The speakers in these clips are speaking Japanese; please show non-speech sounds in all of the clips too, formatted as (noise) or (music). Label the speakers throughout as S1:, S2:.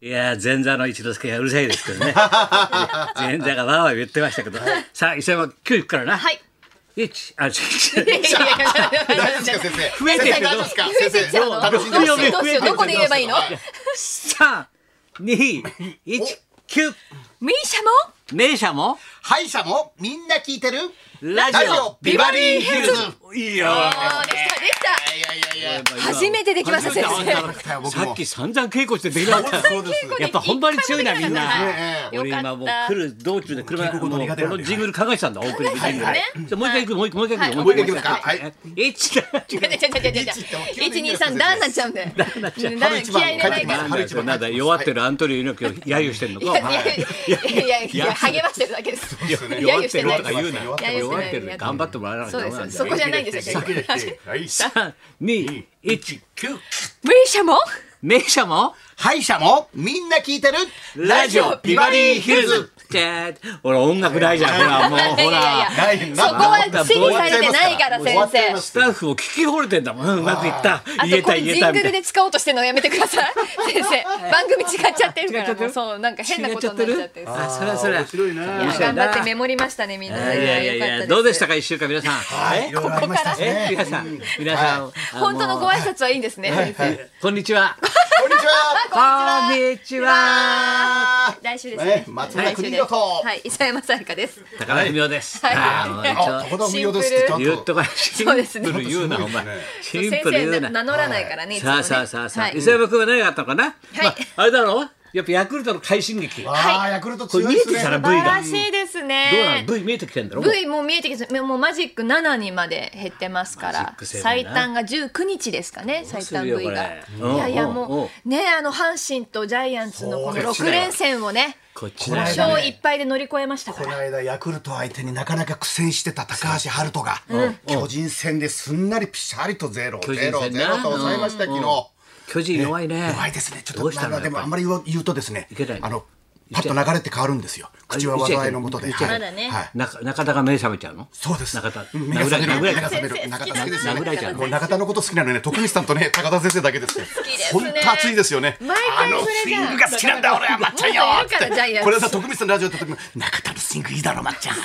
S1: いやー前座の一之輔がうるさいですけどね前座がわーわー言ってましたけどさあ伊勢山今日行くからな、
S2: はい。
S1: 一あ違う違う
S2: (laughs) いやいやいや
S3: 大丈夫ですか
S1: 増えてるけど
S2: 増え
S3: 先生先生大丈夫ですか
S2: てっちゃうの
S3: 楽しんでます
S1: どうしよう
S2: どうしようどこで言えばいいの
S1: 三二一九
S2: ミーシャも
S1: 名車も
S3: 歯医者もみんな聞いてる
S1: ラジオ
S3: ラジオビバリーヒルズ
S1: いいよ
S2: あーできたできた
S3: いやいやいや
S2: 初めてできました先
S3: 初めて会った
S2: 生
S3: 時だよ僕も
S1: さっき散々稽古してできなかった
S3: そうです
S1: やっぱ本番に強いなみんな
S3: ええ
S2: よ
S1: 俺
S2: か
S1: 今
S2: っ
S1: もう
S2: た
S1: 来る道中で車
S3: 結構
S1: もうこ
S3: 苦手なんだよ
S1: のジングル考えてたんだオープニングジングル
S2: はい
S1: じゃあもう一回行くもう一回行
S2: は
S1: く
S2: い
S3: もう一回行きますか
S1: は
S3: はいい
S1: 一
S2: ちょちょちょちょちょ一二三ダンになっちゃうんで。ダンなっちゃう。気合い入れないか
S3: は
S1: な
S2: ら。
S1: んだよなんだよ弱ってるアントニオ猪木を揶揄してんの
S2: いや
S1: か
S2: いやいやいや励ましてるだけです。
S1: 弱ってるとか言うな
S2: 揶揄してない
S1: 弱ってる頑張ってもらわないと
S2: そう
S1: ダメなん
S2: で
S1: だ
S2: す。
S1: よ
S2: そこじゃないんですよ。
S3: はい
S1: 三二一
S2: 無理者も
S1: 名車も
S3: 歯医者もみんな聞いてる
S1: ラジオビバリーヒルズじゃあほら音楽ないじゃんほらもうほら
S3: ない
S2: そこは整理されてないから
S3: 終わっちゃい
S2: 先
S3: ま
S1: ス
S3: す
S1: タッフを聞き惚れてんだもんうんうまくいった
S2: 生。あ
S1: 言え
S2: と
S1: た
S2: これ
S1: 言え
S2: ジン
S1: た
S2: グ
S1: みた
S2: ル
S1: いな
S2: で使おうとしてるのやめてくださ
S1: (laughs)
S2: い。先生番組違っちゃってるからもうそうなんか変なことになっちゃって。いや
S1: あそれはそれは
S3: 白いなあ
S2: 頑張ってメモりましたねみんな。
S1: いやいやいやどうでしたか一週間皆さん
S3: はいここから
S1: え皆
S3: こんにち
S1: さん皆さん
S2: 本当のご挨拶はいいんですね。
S1: こんにちはこ
S3: は
S1: んにちは
S2: 来週です
S3: ね
S2: ね。
S3: 松村邦洋と
S2: はい、伊佐山さやかです。
S1: 高田文夫です
S2: はい
S1: あーもうちょ
S3: あ高田文雄ですってちゃん
S1: 言っ
S3: と
S1: とかシン
S2: うですね
S1: プル (laughs) 言うなお前シン
S2: 先
S1: プル言
S2: 生
S1: う
S2: な
S1: な
S2: 名乗らないからね。いつ
S1: さあ
S2: もね
S1: さあさあさあ
S2: はい
S1: 伊勢山君は何があったのかなまああれだろうやっぱヤクルトの快進撃こ
S3: あーヤクルト
S1: れ
S3: 強
S1: 見
S3: いで
S1: え
S3: す
S1: てきたな
S3: ね
S1: V
S2: 素晴
S1: が
S2: らしいです
S1: どうな
S2: ね
S1: の。V 見えてきてんだろもう
S2: V もう見えてきてもうマジック7にまで減ってますか
S1: マジ
S2: ら
S1: ックセブンな
S2: 最短が19日ですかね最
S1: する
S2: 短
S1: よ
S2: V がい
S1: これ
S2: やいや
S1: うんうん
S2: もうねあの阪神とジャイアンツのこの
S3: そうです
S2: 6
S3: ね
S2: 連戦をね
S1: こっち
S2: 5
S1: だよ
S2: 勝1敗で乗り越えましたか
S3: この
S2: ら
S3: 間ヤクルト相手になかなか苦戦してた高橋遥人が巨人戦ですんなりピシャリとゼロ
S1: 巨人
S3: ゼ
S1: 戦な
S3: ロゼロと抑えました
S1: うんう
S3: 昨
S1: ん
S3: 日
S1: 巨人弱いね
S3: 弱いですねち
S1: ど
S3: ょ
S1: う
S3: っ
S1: した
S3: と
S1: の
S3: な
S1: やっぱ
S3: で
S1: り
S3: もあんまり言う言うとですね
S1: いけないの
S3: あのパッと流れって変わるんですよ口は災いのもとで
S1: いけない
S3: はい
S2: まだね
S3: はい
S1: 中中田が目覚めちゃうの
S3: そうです
S1: 中田
S3: うん目が覚める
S1: 殴られ
S3: 目
S1: た
S3: が覚め
S2: 先
S3: る
S2: 生
S3: 中田好きです
S1: 殴られちゃう
S3: ね
S1: の
S3: もう中田のこと好きなのね徳光さんとね高田先生だけですよ
S2: きですね
S3: 本当熱いですよね
S2: 毎回
S3: あの
S2: それ
S3: ス
S2: じ
S3: イ
S2: ゃん
S3: ングが好きなんだ俺はまっちゃんよ
S2: もっといるからジャイアンツ
S3: これだ徳光さんのラジオやった時も中田のスイングいいだろまっちゃんず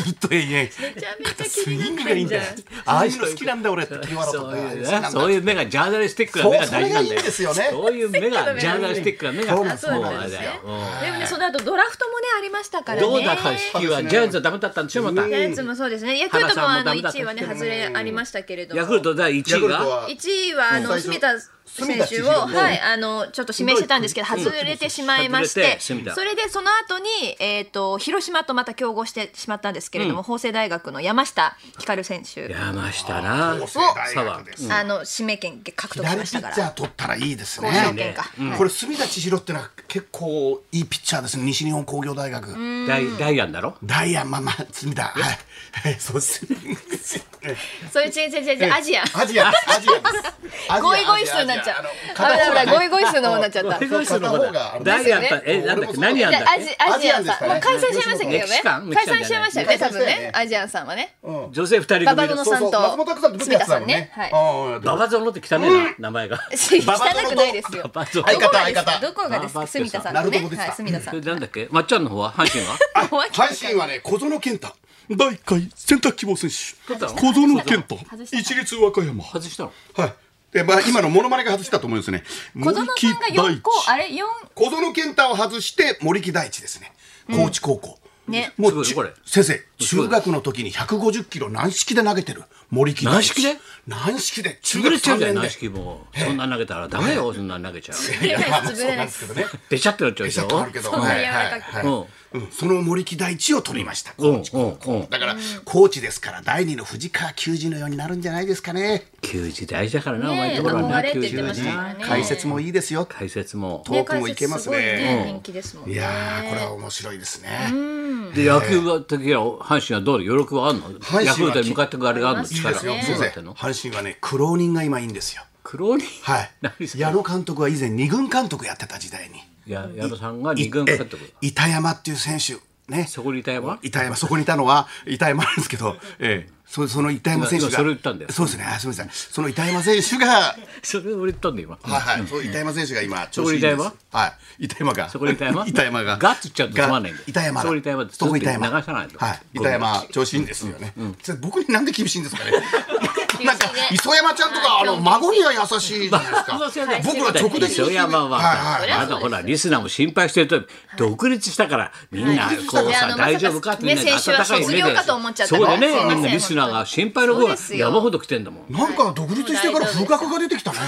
S3: っと永遠
S2: めちゃめちゃ
S3: ス
S2: 気
S3: イン
S2: になっ
S3: グが
S2: て
S3: いい
S2: ん
S3: ん
S2: じ
S3: だ
S2: ゃん
S3: よああいうの好きなんだ俺って清原と
S1: そう
S3: か
S1: いう
S3: 好
S1: ね
S3: きなんだ
S1: そういう目がジャーナリスティックな目が大事なんだよ
S3: そうそれがいいんですよね
S1: そういう目がジャーナリスティックな目が
S3: そうなんですよ
S1: もうあれだよ
S2: でもねその後ドラフトもねありましたからね
S1: どうだか引きはジャイアンツはダメだったんでしょまた
S2: ジャイアンツもそうですねヤクルトも
S1: 原さ
S2: あ
S1: んも
S2: の
S1: ダメだった
S2: 1位はね外れありましたけれども
S1: ヤクルト第
S3: ヤ
S1: 1位
S3: クルト
S1: が
S3: は
S2: 1位はあの
S3: 最初
S2: 住田選手を、
S3: 隅田知事が
S2: はい、あのちょっと指名してたんですけど外れてしまいまし
S1: 外れ
S2: て
S1: て
S2: そ
S1: 隅田
S2: れでその後に、えー、と広島とまた競合してしまったんですけれども、法政大学の山下光選手
S1: 山下な
S3: 法政大学です
S2: あの指名権獲得し
S3: 左
S2: ま
S3: ピ
S2: したか
S3: ッチャ
S2: ら。
S3: ー取ったらいいです
S2: 交渉
S3: ね
S2: 権か、
S3: これ隅田知一郎ってのは結構いいピッチャーですね西日本工業大学
S1: 第第案だろ
S3: ダイヤママ隅田はいはいそうです
S2: そういう違う違う違うアジアン
S3: アジアですアジアですアジア
S2: ゴイゴイ数になっちゃう
S3: ア
S2: 危ない危ないゴイゴイ数の方になっちゃった
S1: ペガスの
S3: 片
S1: 方
S3: 方があ
S1: だ
S3: れ
S1: 第案だ
S2: です
S1: えなんだっけ何案だ
S2: じゃ
S1: っ
S2: あア
S1: け
S2: ジアジアン
S3: アジアンで
S2: さ
S3: す
S2: ん
S3: かね
S2: もう解散しちゃいましたけど
S1: メキシカン
S2: ね解散しちゃいましたよね
S3: メキ
S2: 多
S3: シカン
S2: 分
S3: じゃない
S2: ねアジアンさんはね (laughs)
S1: 女性2人組
S2: ババゾ
S1: の
S2: ノさんと
S3: 松本拓さんと
S2: 隅田さんね
S3: はい
S2: は
S1: ババゾノって汚ねえな名前が
S2: 汚くないですよ
S1: ババゾノ
S3: 相
S2: どこ
S3: 方
S2: がです
S3: 相
S2: か
S3: 方
S2: どこがです
S1: ババ
S2: か
S1: ってさ
S2: 住田さんのね
S3: なるほどです
S2: は
S3: か
S2: い住田さ
S1: そ
S2: ん
S1: れなんだっけまっちゃんの方は阪神は
S3: 阪神はね小園健太第1回選択希望選手
S1: 外した
S3: 小園健太
S2: 外した
S3: 一律和歌山は
S1: 外したの
S3: いでまあ今のモノマネが外したと思うんですね
S2: 小園さんが
S3: 森
S2: 四
S3: 木
S2: 個
S3: 大地
S2: あれ四
S3: 小園健太を外して森木大地ですね高知高校、
S2: ね
S3: も
S1: す
S3: う
S1: ごい
S3: ち
S1: これ
S3: 先生中学の時に150キロ軟式で投げてる森木
S1: 軟
S3: 大地
S1: 式で
S3: 軟式で中
S1: 潰
S3: 学
S1: れちゃ
S3: 3
S1: うじゃん
S3: 年
S1: 軟
S3: で
S1: 式もそんな投げたらダメよそんな投げちゃう
S3: い
S2: 潰れ
S3: や
S2: ない
S3: まあ
S2: です潰
S3: そう
S2: れな
S3: ないん
S2: で
S3: ですす
S1: (laughs)
S3: けどね
S1: べちゃってなっちゃうで
S3: ペ
S1: し
S3: シャ
S1: ょ
S3: ッとあるけど
S2: そんな柔らかく
S3: はいはいはいうんその森木大地を取りました
S1: うんう
S3: 高知
S1: んうん
S3: だから高知ですから第二の藤川球児のようになるんじゃないですかね
S1: 球児大事だからな、
S2: ねえ
S1: お前のところはな
S2: 憧れって言ってました
S1: 球児は
S2: ね
S1: ね
S3: 解説もいいですよ
S1: 解説も
S3: トークもいけます
S2: ね解説すごいね
S3: ね
S2: 人気ですもん
S3: い
S2: ね
S3: やーこれは面白いですね
S1: で野球は時は阪神はどう余力はあんの
S3: 神は
S1: ヤクルトに向かってくあれがあるの
S3: いい
S1: 力
S3: ですよ
S1: は
S3: 先
S1: どうな
S3: 生
S1: ってんの
S3: 阪神はね苦労人が今いいんですよ
S1: 黒に
S3: はい
S1: 何それ
S3: 矢野監督は以前二軍監督やってた時代に
S1: や矢野さんが二軍監督
S3: え板山っていう選手ね
S1: そこにいた山
S3: 板山そこにいたのは板山なんですけど、ええ、そその板山選手が
S1: 今今それ言ったんだよ
S3: そうですねあすみませんその板山選手が
S1: それ俺言ったんだよ今
S3: はいはい、そう板山選手が今調子いいん
S1: そ
S3: で
S1: こに
S3: す
S1: 板。
S3: はい、板山が。
S1: そこに板山
S3: 板山が。
S1: ガッツ言っちゃうとつまんないんで
S3: が板山が。
S1: そこに板山って
S3: そこに板
S1: ずっと流さないと
S3: はい、板山調子いいんですよね。ちょ僕になんで厳しいんですかね。なんか
S2: 厳しいね
S3: 磯山ちゃんとかあの孫には優しいじゃないですか。僕は直で
S1: 磯山は、
S3: はいはい
S1: まだほらリスナーも心配してると独立したからみんな
S2: はい
S1: こう
S2: いや
S1: さ、
S2: あの
S1: 大丈夫かってみんな
S2: まさかね
S1: 温
S2: 先週は卒業かと思っちゃったね
S1: そうだね
S2: すいません
S1: みんなリスナーが心配の方
S2: そう
S1: が
S2: ですよ
S1: 山ほど来てんだもん
S3: なんか独立してから風格が出てきたね。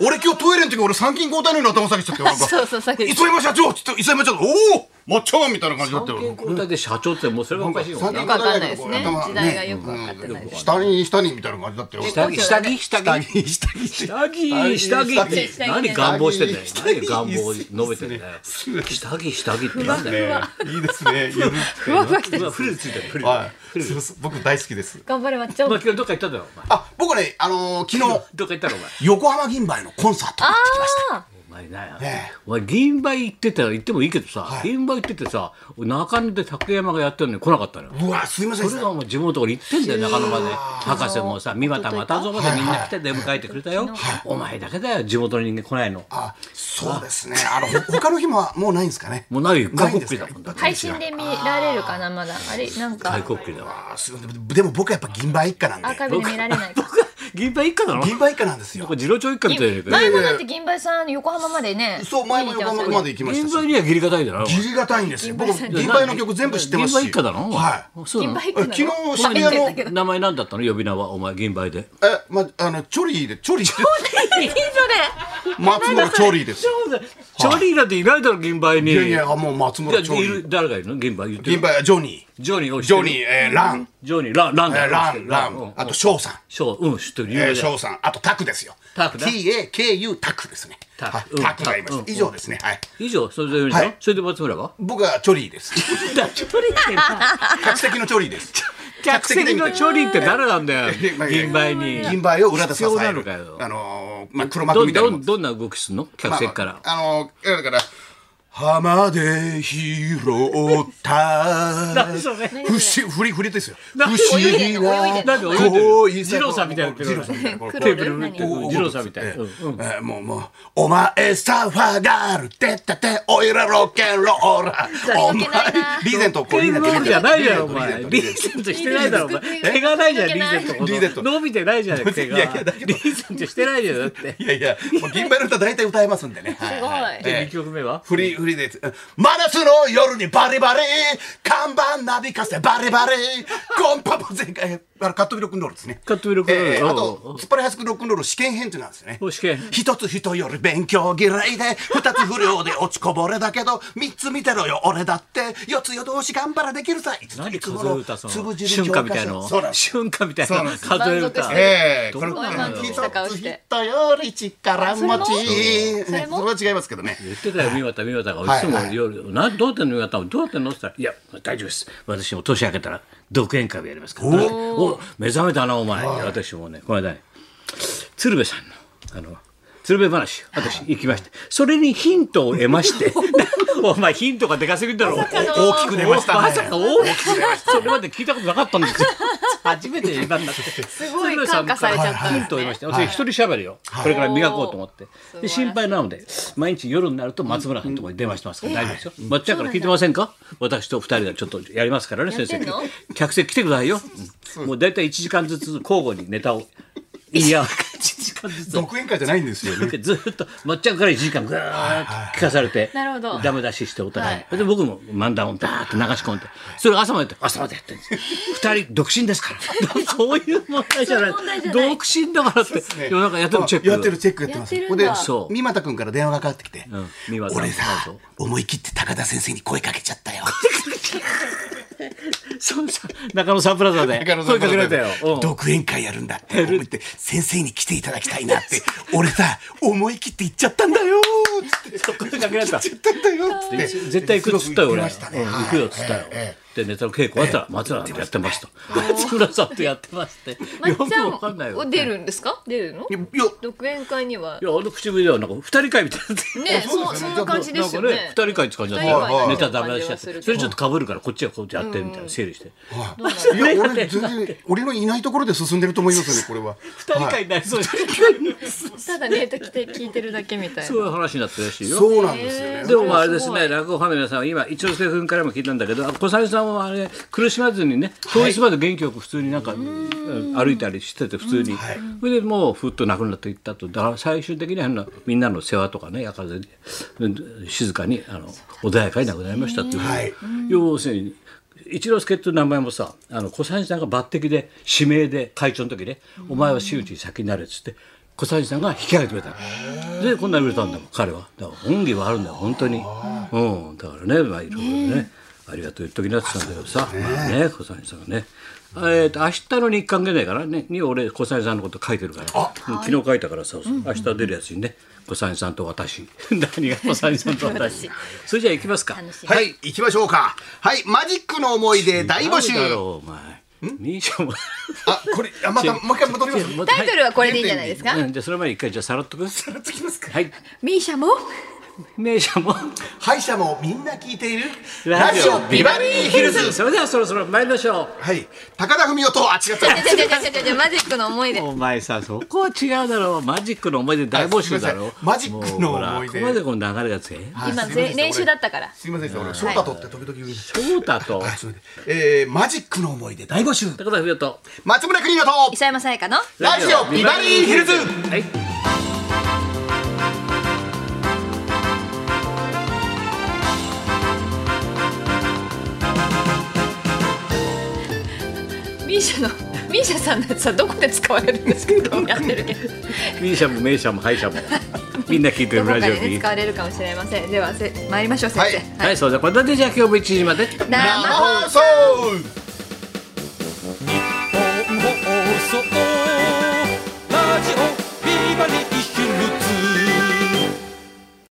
S3: 俺今日トイレの時俺参勤交代のように頭下げちゃってなん
S2: (laughs)
S3: か。
S2: そうそう下げて
S3: 磯山社長っつって磯山社長おお抹茶みたいな感じだったよ。
S1: 健康体で社長ってもうそれがおかしいもん
S3: な
S1: ね
S3: ん
S2: くわかんないですね
S3: 頭
S2: 時代がよくわかってないです
S3: 下に下にみたいな感じだったよ。
S1: 下着下着下着
S3: 着下着下
S1: 下着下着って
S2: 下着
S1: 何願望してんだよ
S3: 下着
S1: 何願望を述べてんだよ
S3: すごい
S1: 下着下着ってなんだよ
S3: 着いいですね。ゆる
S2: ふわふわきて
S1: う
S2: る
S1: わフルーツついてるフルーツ
S3: はい。そうそう僕大好きです。
S2: 頑張れまっちゃん
S1: お前今日どっか行ったんだろお前
S3: あ、僕ね、あのー昨日
S1: どっか行ったのお前
S3: 横浜銀杯のコンサートに行ってきました。
S1: お前な、
S3: ねえ
S1: お前銀杯行ってたら行ってもいいけどさ、
S3: い
S1: 銀杯行っててさ中野で竹山がやってるのに来なかったのよ
S3: うわ、すいません
S1: そ
S3: で
S1: れが
S3: した。
S1: お前地元俺行ってんだよ中野まで博士もさ三股又蔵までみんな来て出迎えてくれたよ、お前だけだよ地元の人間来ないの
S3: あ、そうですね。あのほ他の日ももうないんですかね。
S1: もうないよ
S3: ない
S1: 外
S3: ん
S1: 国
S3: です
S1: 旗
S3: か
S1: だもんだって
S2: 配信で見られるかなまだあれなんか
S1: 外国旗だわ
S3: あ、すいません。でも僕はやっぱ銀杯一家なん
S2: アーカイ
S3: で。
S2: ブで見られないか
S1: 銀杯一家なのこ
S3: 銀杯一家なんですよ
S1: れ。次郎長一家みたいな
S2: 前もだって銀杯さん横浜までね
S3: そう、前も横浜まで行きました
S1: 銀
S3: し。
S1: 杯には義理がたいだろ
S3: ギリがたいんですよ。僕銀杯の曲全部知ってます
S1: 銀
S3: し。
S1: 杯一家だろ
S3: はい。
S1: いそうな
S2: 銀
S1: の
S2: 杯
S3: え
S2: 行く
S3: 昨
S2: の
S3: 日渋谷のえ、
S1: 名前なんだったの呼び名はお前銀杯で
S3: まあのチョリーでチョリーで
S2: 近所で
S3: 松村チョリーです。
S1: チョリーなんていないだろ銀杯に
S3: いやいやあもう
S1: じ
S3: 松
S1: ゃあ
S3: 村
S1: い
S3: チョリ
S1: る
S3: ー。
S1: 誰がいるの銀杯言って
S3: 銀
S1: る
S3: 杯ジョニー、
S1: ジョニーを知っ
S3: ジ
S1: て
S3: ョ
S1: る
S3: ニー、えー、ラン、
S1: ジョニーランラン
S3: え
S1: だ
S3: ー、
S1: よ
S3: ラン、ラ
S1: うんうん
S3: ン、あとショウさん、
S1: ショーうん知ってる有
S3: えー、
S1: 名
S3: シ
S1: だ
S3: ョ
S1: よ
S3: ウさん、あとタクですよ。
S1: タクだ
S3: T A K U タクですね。
S1: タク
S3: はい
S1: うん
S3: タクがいま
S1: タ
S3: し
S1: クう
S3: た。
S1: ん
S3: 以上ですね。はい。
S1: 以上それでいいの
S3: はい
S1: それで松村は
S3: 僕はチョリーで
S1: (laughs)
S3: す。
S1: チョリーって
S3: 客席のチョリーです。
S1: (laughs) 客席のチョリーって誰なんだよ
S3: えまあい
S1: (laughs)
S3: や
S1: 銀杯に
S3: 銀杯を裏で支え
S1: 必要なの
S3: る
S1: かよ。
S3: あのーまあ黒幕
S1: ど
S3: みたいな
S1: ど
S3: もん
S1: ん。どんな動きするの客席から
S3: あのー、だから浜で拾った
S1: 何それ
S3: 不思振り振りですよ不
S1: なん
S3: 思
S1: で
S3: 議な
S1: なんで泳いでる
S3: 恋さ
S1: 二郎さんみたいになってる
S3: 二郎さんみたいなこれ
S2: 黒
S1: テーブルに
S2: 何
S1: テーブル二郎さんみたい
S3: ええ
S1: うんうん
S3: ええもうもうお前サーファーガールてったておいらロケンローラーお前
S2: いけないな
S3: リーゼントをこう
S1: リ
S3: リーゼント
S1: ーゼントじゃないだろお前
S3: リー
S1: リ
S3: ゼント
S1: ーゼントしてないだろお前
S2: リーゼント
S1: 毛がないじゃんリーゼントほど
S3: リーゼント
S1: 伸びてないじゃん毛がリ
S3: いやいやだけど
S1: ーゼントしてないじゃんだって
S3: いやいやもう銀杯の歌大体歌えますんでねす
S2: すごい
S1: じゃあ二曲目は
S3: フリーフリーで、真夏の夜にバリバリ、看板なびかせバリバリ、コンパも全開、あのカットビロックンロールですね。
S1: カットビロックンロール
S3: ええあ
S1: おうお
S3: と、
S1: う
S3: ツッパリハイスクロックンロール試験編ってなんですよね。
S1: お試
S3: (laughs)
S1: 験
S3: 一つ人より勉強嫌いで、二つ不良で落ちこぼれだけど、三つ見てろよ、俺だって、四つ夜通し頑張らできるさ、五つ
S1: 何
S3: いつ
S1: 数
S3: も
S1: え歌
S3: の
S1: そ
S3: 粒
S1: の
S3: 汁
S1: 瞬間みたいの
S3: そうなんです。
S1: (laughs) 瞬間みたい
S3: そう
S1: な
S3: なんです
S1: 数え歌
S2: 満足して
S3: ええこれ
S1: ど
S2: こ
S1: う
S2: は
S1: なんだ
S2: 満
S1: ろう
S2: 足し
S1: 言
S2: た顔して
S3: 人より力持ちいい。
S2: それもそれも
S3: それは違いますけどね。
S1: ってたよ三股三股が
S3: はい
S1: いつも夜「などうやってんの三股どうやってんの?」って言ったら「いや大丈夫です私も年明けたら独演会をやりますから」お目覚めたなお前」私もねこの間ね鶴瓶さんのあの鶴瓶話私行きましてそれにヒントを得ましてお前ヒントがでかすぎるだろ
S3: 大きく出ましたね。
S1: まさか大きく出ましたそれまで聞いたことなかったんですよ初めて言ったんだってす
S2: ごい感化されちゃったんですね
S1: ヒントを言いましたよそれ一人喋るよこれから磨こうと思って
S2: おー
S1: で心配なので毎日夜になると松村さんのところに電話してますから大丈夫ですよ松ちゃんから聞いてませんか私と二人がちょっとやりますからね先
S2: やってんの
S1: 生客席来てくださいようんもう大体1時間ずつ交互にネタを言い合う (laughs) 一時間ずつ
S3: 独演会じゃないんですよね。
S1: ずっとまっちゃんから1時間ぐーっと聞かされて
S2: なるほど
S1: ダメ出ししてお互い
S2: は
S1: にで僕も漫談をダーッと流し込んでそれ朝までやって朝までやってるんです2人独身です
S2: (laughs)
S1: からそういう問題じゃない
S2: そういう問題じゃない
S1: 独身だからって夜中やってるチェック
S3: やってるチェックやってます
S2: やってる
S3: ほ
S2: ん
S3: んで
S2: だ
S1: そう
S3: 三股君から電話がかかってきて
S1: うん三股
S3: 俺さ
S1: そうそう
S3: 思い切って高田先生に声かけちゃったよ
S1: そうさ中野サンプラザで声かけられたようん
S3: 独演会やるんだって思って先生に来ていただきたいなって俺さ思い切って言っちゃったんだよつって
S1: 声かけられた
S3: 言っちゃったんだよつって
S1: 絶対行くっつったよ俺
S3: 言ってましたね
S1: うん行くよっつったよ
S3: ええええ
S1: ってネタの稽古あったら松浦さんとやってますと松浦さんとやってますって
S2: まっ
S1: よく
S2: ちゃん
S1: わかんないよ
S2: を出るんですか出るの
S3: いやいや
S2: 独演会にはい
S1: やあの口ぶりではなんか二人会みたいになって
S2: ね
S3: そう
S2: そ
S3: です
S2: そ
S3: ね
S2: んな感じですよ
S1: なんか
S2: ね
S1: 二人会って感じだった
S2: 二人会
S3: の
S1: ネタダメ出しやっ
S2: 感じはするけ
S1: て
S2: ど
S1: それちょっと被るからこっちはこうやってやってみたいな整理して
S3: はいいや俺全然俺のいないところで進んでると思いますよねこれは
S1: 二人会になりそうです
S2: ただネタ来て聞いてるだけみたい
S1: そう
S2: な
S1: いう話になってるらしいよ
S3: そうなんですよね
S1: でもまああれです
S2: すご
S1: ね、
S2: い
S1: 落語ファンの皆さんは今、一之輔君からも聞いたんだけど、あ小猿さんはあれ、苦しまずにね、通りすまず元気よく普通になんか、歩いたりしてて、普通に。それでもう、ふっと亡くなっていったと。だから最終的にはあのみんなの世話とかね、やかぜで、うん静かに、あの、穏やかに亡くなりましたっていう。
S3: はい
S1: 要するに、一之輔っていう名前もさ、あの、小猿さんが抜擢で、指名で、会長の時ね、お前は真打ちに先になれっつって、小猿さんが引き上げてくれたの。で、こんなに売れたんだもん、彼は。だから恩義はあるんだよ、本当に。うん、だからね、まあ、いろいろね、ありがとう言っときなって言ってたんだけどさ、まあね、小猿さんがね。えーと明日の日刊現代からね、に俺、小猿さんのこと書いてるから、うん昨日書いたからさ、明日出るやつにね、小猿さんと私、 (laughs) 何が小猿さんと私、それじゃあ行きますか。
S2: 楽しみ
S1: は
S3: はいい、行きましょうか。はい、マジックの思い出大募集。
S1: だろうお前。ミーシャ (laughs) も。
S3: あ、これ、あ、また、もう一回戻ります。
S2: タイトルはこれでいいんじゃないですか
S1: うんじゃあその前に一回じゃあさらっとく。は
S3: つきますか。
S1: い。
S2: ミーシャも
S1: ミーシャも。
S3: 歯医者もみんな聞いている。ラジオビバリーヒルズ。
S1: それではそろそろ参りましょう。
S3: はい、高田文夫と、あ、違った。
S2: じゃじゃじゃじゃじゃじゃマジックの思い出
S1: お前さそこは違うだろうマジックの思い出大募集だろ
S3: あすいませんマジックの思
S1: もうほ
S3: い出
S1: らここまでこの流れがつけ
S2: 今
S3: あすいません
S2: ぜ練習だったから
S3: すみませんでした、俺、翔太とって時々言う。
S1: 翔太と
S3: あすいませんえー、マジックの思い出大募集。
S1: 高田文夫と
S3: 松村邦洋と、
S2: 磯山さやかの
S3: ラジオビバリーヒルズ。
S1: はい
S2: ミーシャのミーシャさんのやつはどこで使われるんですかやってるけど
S1: ミーシャもメーシャもハイシャもみんな聞いて
S2: ど
S1: る
S2: こか
S1: ラジオ
S2: で、
S1: でい
S2: ね、
S1: い
S2: 使われるかもしれませんではせ参りましょう先生、
S3: は
S1: はいそうだこれでじゃあ今日も1時まで
S3: 生
S2: 生
S3: 放送。
S4: 放送ラジオビバリー